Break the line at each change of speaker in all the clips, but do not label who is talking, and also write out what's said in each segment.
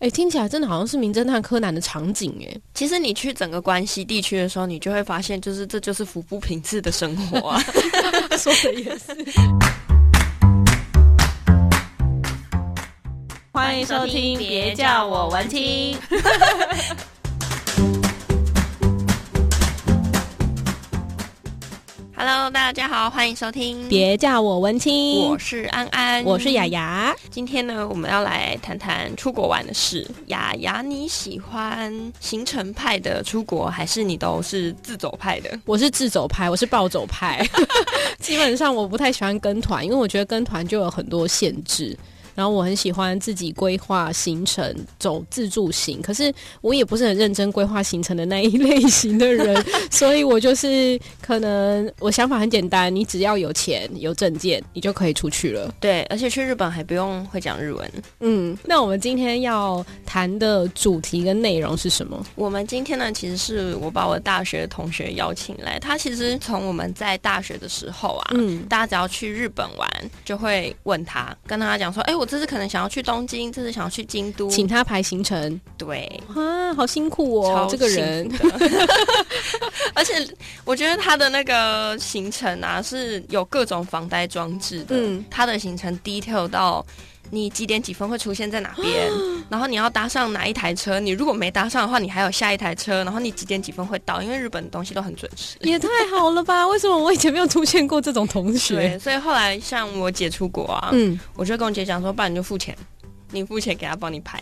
哎、听起来真的好像是《名侦探柯南》的场景哎。
其实你去整个关西地区的时候，你就会发现，就是这就是福不平治的生活 啊。
说的也是。
欢迎收听别叫我文青
Hello，大家好，欢迎收听，
别叫我文青，
我是安安，
我是雅。雅。
今天呢，我们要来谈谈出国玩的事。雅雅，你喜欢行程派的出国，还是你都是自走派的？
我是自走派，我是暴走派。 基本上我不太喜欢跟团，因为我觉得跟团就有很多限制。然后我很喜欢自己规划行程，走自助行。可是我也不是很认真规划行程的那一类型的 人，所以我就是可能我想法很简单，你只要有钱有证件，你就可以出去了。
对，而且去日本还不用会讲日文。
嗯，那我们今天要谈的主题跟内容是什么？
我们今天呢，其实是我把我大学同学邀请来，他其实从我们在大学的时候啊，
嗯，
大家只要去日本玩，就会问他，跟他讲说，哎、我这次可能想要去东京，这次想要去京都，
请他排行程
对。
啊，好辛苦哦
超，
这个人
幸福的，而且我觉得他的那个行程啊是有各种防呆装置的，
嗯
他的行程 detail 到你几点几分会出现在哪 边，然后你要搭上哪一台车，你如果没搭上的话，你还有下一台车，然后你几点几分会到，因为日本的东西都很准时。
也太好了吧？ 为什么我以前没有出现过这种同学？
对，所以后来像我姐出国啊，
嗯，
我就跟我姐讲说，不然你就付钱，你付钱给她帮你排，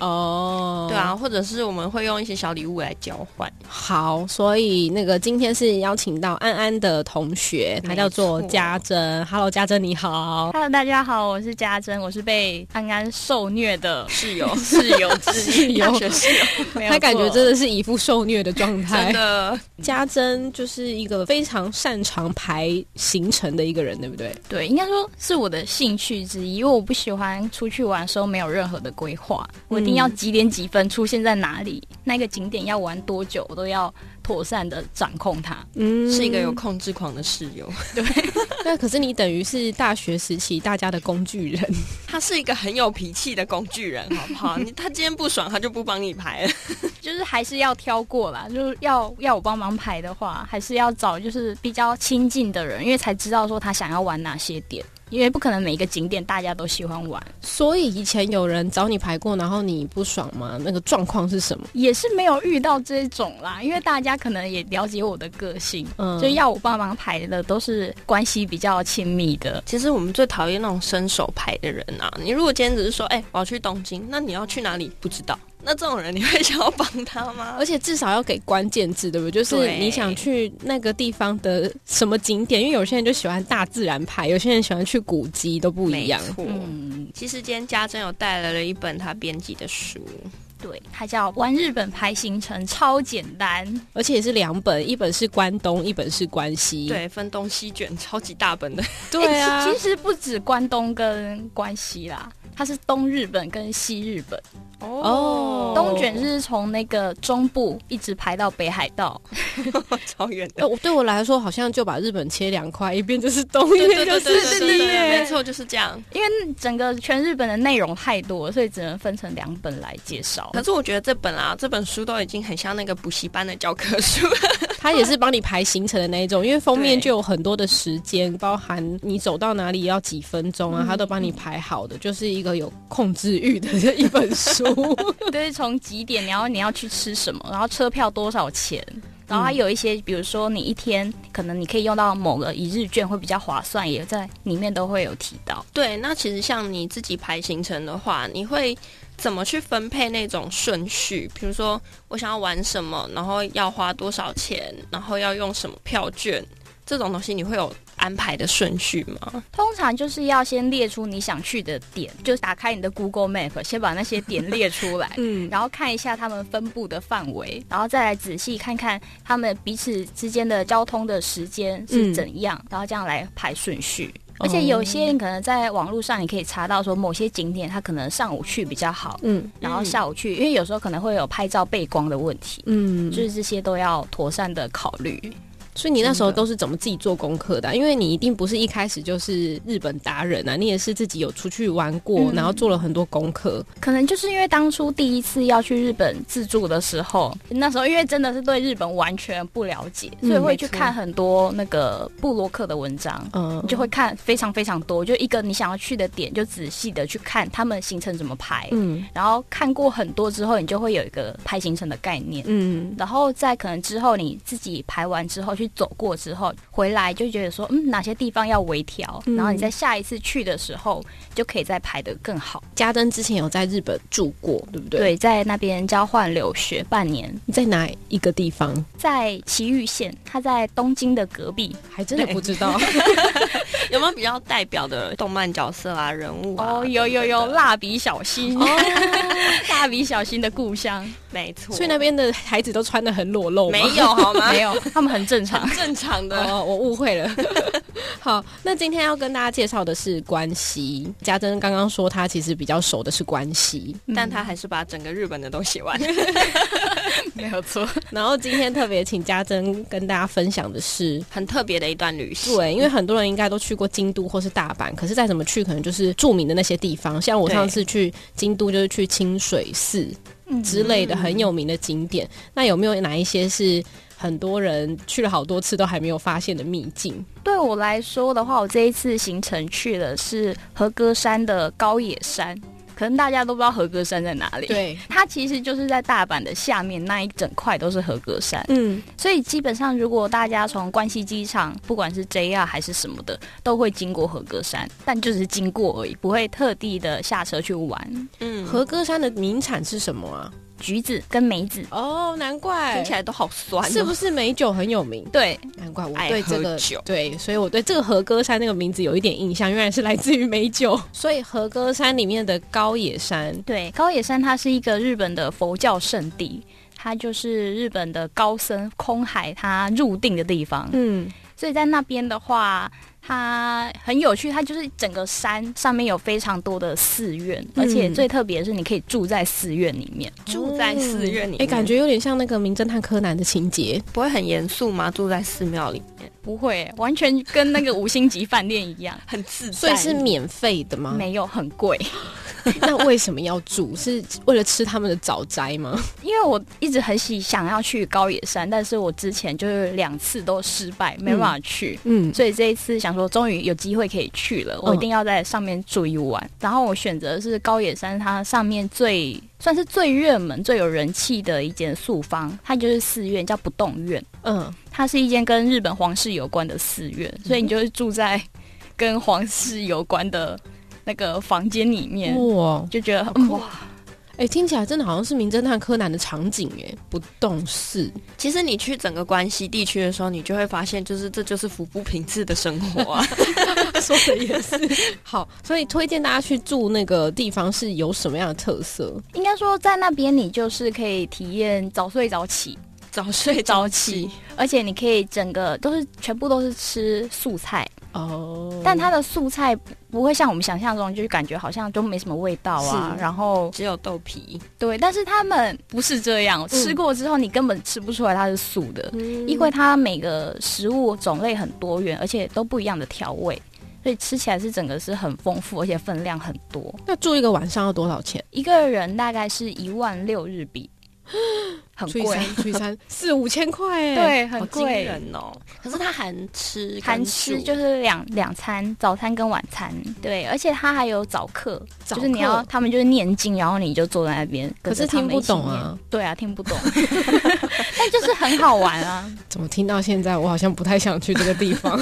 哦，
对，啊，或者是我们会用一些小礼物来交换。
好，所以那个今天是邀请到安安的同学，
没
他叫做
错
家珍。Hello，家珍你好。
，Hello，大家好，我是家珍，我是被安安受虐的
室友，
室友之
室
一，
友
大学室友， 没有
他感觉
错
真的是一副受虐的状
真
态。
的，
家珍就是一个非常擅长排行程的一个人，对不对？
对，应该说是我的兴趣之一，因为我不喜欢出去玩的时候没有任何的规划，
嗯
我一定要几点几分出现在哪里，那个景点要玩多久，我都要妥善的掌控它。
嗯
是一个有控制狂的室友，
那可是你等于是大学时期大家的工具人，
他是一个很有脾气的工具人，好不 好？你他今天不爽，他就不帮你排了。
就是还是要挑过啦，就是要要我帮忙排的话，还是要找就是比较亲近的人，因为才知道说他想要玩哪些点，因为不可能每一个景点大家都喜欢玩，
所以以前有人找你排过，然后你不爽吗？那个状况是什么？
也是没有遇到这种啦，因为大家可能也了解我的个性，
嗯
就要我帮忙排的都是关系比较亲密的。
其实我们最讨厌那种伸手牌的人啊！你如果今天只是说，哎、我要去东京，那你要去哪里不知道，那这种人你会想要帮他吗？
而且至少要给关键字，对不对？就是
对
你想去那个地方的什么景点，因为有些人就喜欢大自然派，有些人喜欢去古迹，都不一样。
没错。
嗯，
其实今天家珍有带来了一本他编辑的书，
对，它叫《玩日本排行程》，超简单。
而且也是两本，一本是关东，一本是关西。
对，分东西卷，超级大本的。
对啊
欸，其其实不止关东跟关西啦，它是东日本跟西日本。
哦
东卷是从那个中部一直排到北海道，
超远的。
呃，我对我来说好像就把日本切两块，一边就是东，一边就
对对
是西
对对对，没
耶。
错，就是这样。
因为整个全日本的内容太多，所以只能分成两本来介绍。
可是我觉得这本啊，这本书都已经很像那个补习班的教科 书。
它也是帮你排行程的那一种，因为封面
对
就有很多的时间，包含你走到哪里要几分钟啊，它都帮你排好的，就是一个有控制欲的一本书。，
就是从几点，然后你要去吃什么，然后车票多少钱，然后还有一些，比如说你一天可能你可以用到某个一日券会比较划算，也在里面都会有提到。
对，那其实像你自己排行程的话，你会怎么去分配那种顺序？比如说，我想要玩什么，然后要花多少钱，然后要用什么票券，这种东西你会有安排的顺序吗？
通常就是要先列出你想去的点，就是打开你的 Google Map，先把那些点列出来
嗯，
然后看一下他们分布的范围，然后再来仔细看看他们彼此之间的交通的时间是怎样，
嗯
然后这样来排顺序。
哦
而且有些你可能在网络上，你可以查到说某些景点它可能上午去比较好，
嗯
然后下午去，因为有时候可能会有拍照背光的问题，
嗯，
就是这些都要妥善的考虑。
所以你那时候
真的
都是怎么自己做功课的啊、因为你一定不是一开始就是日本达人啊，你也是自己有出去玩过，
嗯
然后做了很多功课。
可能就是因为当初第一次要去日本自助的时候，那时候因为真的是对日本完全不了解，
嗯
所以会去
没错
看很多那个布洛克的文章。
嗯
你，就会看非常非常多，就一个你想要去的点，就仔细的去看他们行程怎么排，
嗯
然后看过很多之后，你就会有一个排行程的概念。
嗯，
然后在可能之后你自己排完之后去走过之后回来就觉得说，嗯，哪些地方要微调，
嗯
然后你在下一次去的时候就可以再排得更好。
嘉登之前有在日本住过，对不对？，
对，在那边交换留学半年，
你在哪一个地方？
在崎玉县，它在东京的隔壁。
还真的
对
不知道。
有没有比较代表的动漫角色啊、人物啊？
哦，有有有，
等等的
蜡笔小新， 蜡笔小新的故乡
没错，
所以那边的孩子都穿的很裸露吗？
没有好吗？
没有，他们很 正常。
正常的。
哦，我误会了。 好，那今天要跟大家介绍的是关西。家珍刚刚说她其实比较熟的是关西，
但他还是把整个日本的都写 完，
没有错，
然后今天特别请家珍跟大家分享的是。
很特别的一段旅行。
对，因为很多人应该都去过京都或是大阪，可是再怎么去，可能就是著名的那些地方。像我
对
上次去京都，就是去清水寺之类的
嗯
很有名的景点。那有没有哪一些是很多人去了好多次都还没有发现的秘境？
对我来说的话，我这一次行程去的是和歌山的高野山，可能大家都不知道和歌山在哪里。，
对，
它其实就是在大阪的下面那一整块都是和歌山，
嗯，
所以基本上如果大家从关西机场，不管是 JR 还是什么的，都会经过和歌山，但就只是经过而已，不会特地的下车去玩。
嗯，
和歌山的名产是什么啊？
橘子跟梅子，
哦，难怪
听起来都好酸、哦，
是不是美酒很有名？
对，
难怪我
爱
对
喝
这个
酒
对，所以我对这个和歌山那个名字有一点印象，原来是来自于美酒。所以和歌山里面的高野山，
对，高野山它是一个日本的佛教圣地，它就是日本的高僧空海他入定的地方，
嗯，
所以在那边的话。它很有趣，它就是整个山上面有非常多的寺院，
嗯
而且最特别的是你可以住在寺院里面。
住在寺院里面
哎、感觉有点像那个名侦探柯南的情节。
不会很严肃吗？住在寺庙里面，
不会，完全跟那个五星级饭店一样，
很自在。
所以是免费的吗？
没有很贵。
那为什么要住？是为了吃他们的早斋吗？
因为我一直很喜想要去高野山，但是我之前就是两次都失败，没办法去。
嗯，
所以这一次想说，终于有机会可以去了，我一定要在上面住一晚。然后我选择的是高野山，它上面最算是最热门、最有人气的一间宿坊，它就是寺院，叫不动院。
嗯，
它是一间跟日本皇室有关的寺院，所以你就是住在跟皇室有关的那个房间里面，
哇，
就觉得哦嗯哇，
哎、听起来真的好像是名侦探柯南的场景哎，不动寺。
其实你去整个关西地区的时候，你就会发现，就是这就是福不平次的生活 啊。
说的也是。 好，所以推荐大家去住那个地方是有什么样的特色？
应该说在那边你就是可以体验早睡早起，
早睡早起，
而且你可以整个都是全部都是吃素菜。
哦，
但它的素菜不不会像我们想象中，就是感觉好像都没什么味道啊。
是
然后
只有豆皮，
对，但是他们不是这样，吃过之后你根本吃不出来它是素的，
嗯
因为它每个食物种类很多元，而且都不一样的调味，所以吃起来是整个是很丰富，而且分量很多。
那住一个晚上要多少钱？
一个人大概是一万六日 币，很
除以
贵，
三，除以三， 四五千块哎。，
对，
好
很
惊
贵。
人哦。可是它含吃跟
含吃
住
就是两两餐，早餐跟晚餐，对，而且它还有早课，
早
就是你
课
要，他们就是念经，然后你就坐在那边，
可是
跟着他
听
们
不
一起
懂
念
啊。。
对啊，听 不懂， 但就是很好玩啊。
怎么听到现在，我好像不太想去这个地 方。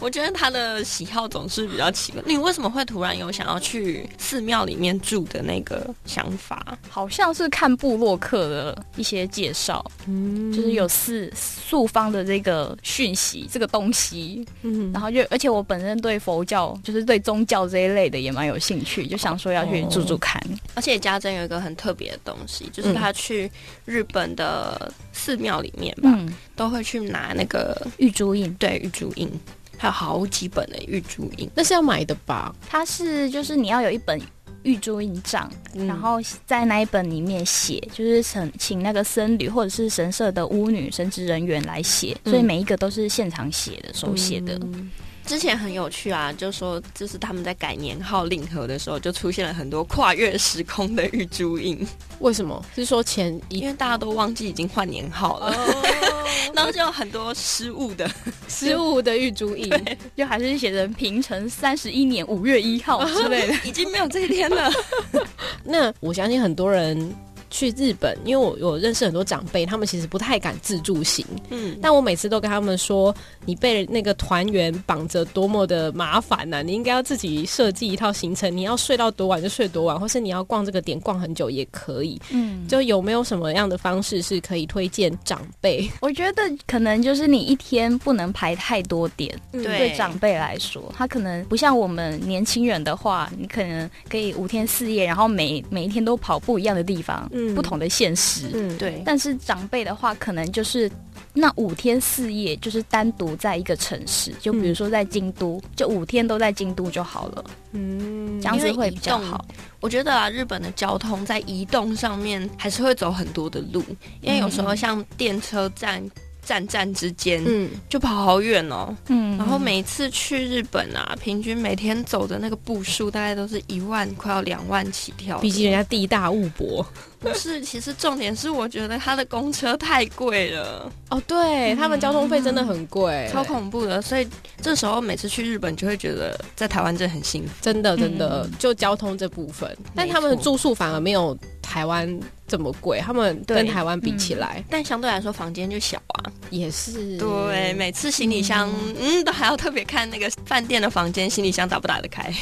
我觉得他的喜好总是比较奇怪。你为什么会突然有想要去寺庙里面住的那个想法？
好像是看布洛克的一些介绍，
嗯
就是有四素方的这个讯息，这个东西，
嗯
然后就而且我本身对佛教，就是对宗教这一类的也蛮有兴趣，就想说要去住住看。
哦
而且家珍有一个很特别的东西，就是他去日本的寺庙里面吧，
嗯，
都会去拿那个
玉珠印，
对玉珠印，还有好几本的玉珠印。
那是要买的吧？
它是就是你要有一本。预注印章，
嗯
然后在那一本里面写，就是请请那个僧侣或者是神社的巫女、神职人员来写，
嗯
所以每一个都是现场写的、手写的。
嗯
之前很有趣啊，就说就是他们在改年号令和的时候，就出现了很多跨越时空的玉珠印，
为什么？是说前一
因为大家都忘记已经换年号了， 然后就有很多失误的。
失误的玉珠印，
就还是写成平成三十一年五月一 号之类的。
已经没有这一天了。
那我相信很多人去日本，因为我我认识很多长辈，他们其实不太敢自助行，
嗯，
但我每次都跟他们说，你被那个团员绑着多么的麻烦呐、你应该要自己设计一套行程，你要睡到多晚就睡多晚，或是你要逛这个点逛很久也可以。
嗯，
就有没有什么样的方式是可以推荐长辈？
我觉得可能就是你一天不能排太多点，
对
对长辈来说，他可能不像我们年轻人的话，你可能可以五天四夜，然后每每一天都跑不一样的地方，
嗯
不同的县市。
嗯，
对，
但是长辈的话，可能就是那五天四夜，就是单独在一个城市，就比如说在京都，就五天都在京都就好了，
嗯
这样子会比较好。
我觉得啊，日本的交通在移动上面还是会走很多的路，因为有时候像电车站。站站之间
嗯，
就跑好远哦，
嗯
然后每次去日本啊，平均每天走的那个步数大概都是一万，快要两万起跳的。
毕竟人家地大物博。
不是，其实重点是我觉得它的公车太贵了，
哦，对他们交通费真的很贵，
超恐怖的。所以这时候每次去日本就会觉得在台湾真的很幸福。
真的真的，就交通这部分，但他们的住宿反而没有台湾这么贵，他们跟
对
台湾比起来
但相对来说，房间就小啊。
也是
对，每次行李箱，嗯，都还要特别看那个饭店的房间行李箱打不打得开。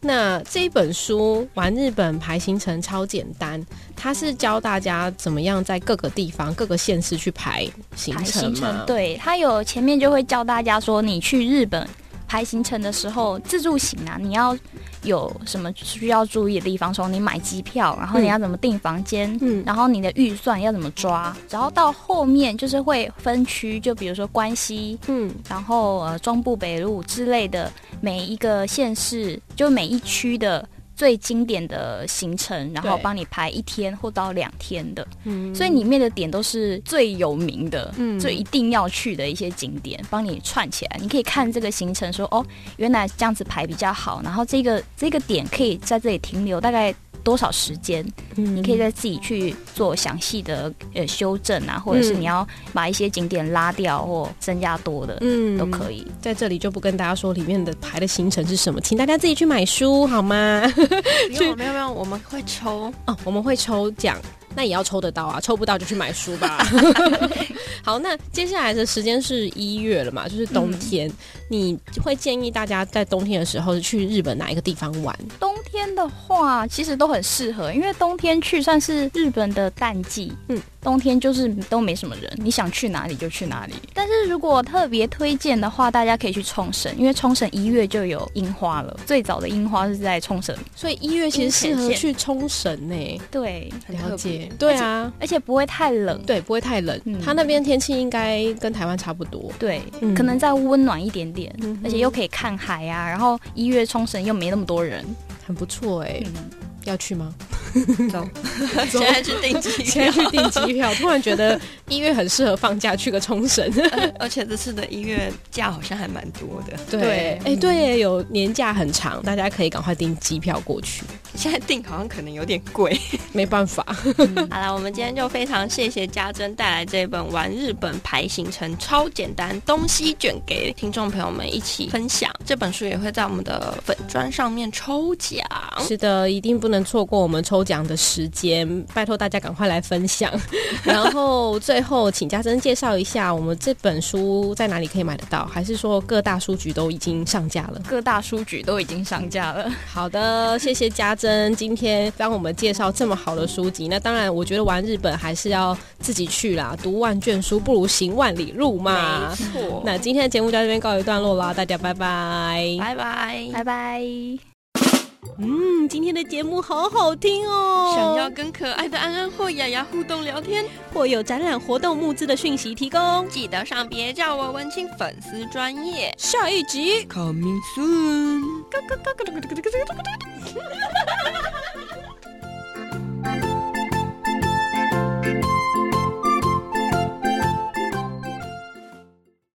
那这一本书《玩日本排行程超简单》，它是教大家怎么样在各个地方、各个县市去排行
排
程
行
嘛
程，。对，他有前面就会教大家说，你去日本排行程的时候，自助行啊，你要有什么需要注意的地方？从你买机票，然后
嗯
你要怎么订房间，
嗯
然后你的预算要怎么抓，然后到后面就是会分区，就比如说关西，
嗯
然后呃中部北路之类的每一个县市，就每一区的最经典的行程，然后
对
帮你排一天或到两天的，
嗯
所以里面的点都是最有名的。
嗯
最一定要去的一些景点，帮你串起来。你可以看这个行程说，哦，原来这样子排比较好。然后这个这个点可以在这里停留大概多少时间？
你
你可以再自己去做详细的呃修正啊，或者是
嗯
你要把一些景点拉掉或增加多的，
嗯
都可以。
在这里就不跟大家说里面的排的行程是什么，请大家自己去买书好吗？
没有没有没有，我们会抽。
哦，我们会抽奖，那也要抽得到啊，抽不到就去买书 吧。好，那接下来的时间是一月了嘛，就是冬
嗯
天，你会建议大家在冬天的时候去日本哪一个地方玩？
冬天的话，其实都很适合，因为冬天去算是日本的淡季。
嗯
嗯，冬天就是都没什么人，你想去哪里就去哪里。但是如果特别推荐的话，大家可以去冲绳，因为冲绳一月就有樱花了，最早的樱花是在冲绳。
所以一月其实适合去冲绳呢、
对，
很特别
了解，对啊，
而且不会太冷。
对，不会太冷，
嗯
它那边天气应该跟台湾差不多。
对，
嗯
可能再温暖一点点，
嗯哼
而且又可以看海啊。然后一月冲绳又没那么多人，
很不错哎、
嗯，
要去吗？
走，现在去订机 票。
现在去订机 票，突然觉得一月很适合放假去个冲绳。
呃 而且这次的一月假好像还蛮多的，
对，哎、
对
对耶，有年假很长，大家可以赶快订机票过去。
现在订好像可能有点贵。
没办法，
好了，我们今天就非常谢谢家珍带来这本《玩日本排行程超简单东西卷》给听众朋友们一起分享。这本书也会在我们的粉砖上面抽奖。
是的，一定不能错过我们抽奖的时间，拜托大家赶快来分 享。然后最后，请家珍介绍一下我们这本书在哪里可以买得到，还是说各大书局都已经上架了？
各大书局都已经上架了。
好的，谢谢家珍今天帮我们介绍这么好的书籍。那当然，我觉得玩日本还是要自己去啦，读万卷书不如行万里路嘛。
错
那今天的节目就到这边告一段落啦，大家拜拜。
拜拜。
拜拜。
嗯，今天的节目好好听哦。
想要跟可爱的安安或雅雅互动聊天，
或有展览活动募资的讯息提供。
记得上别叫我文青粉丝专业。
下一集
Coming soon。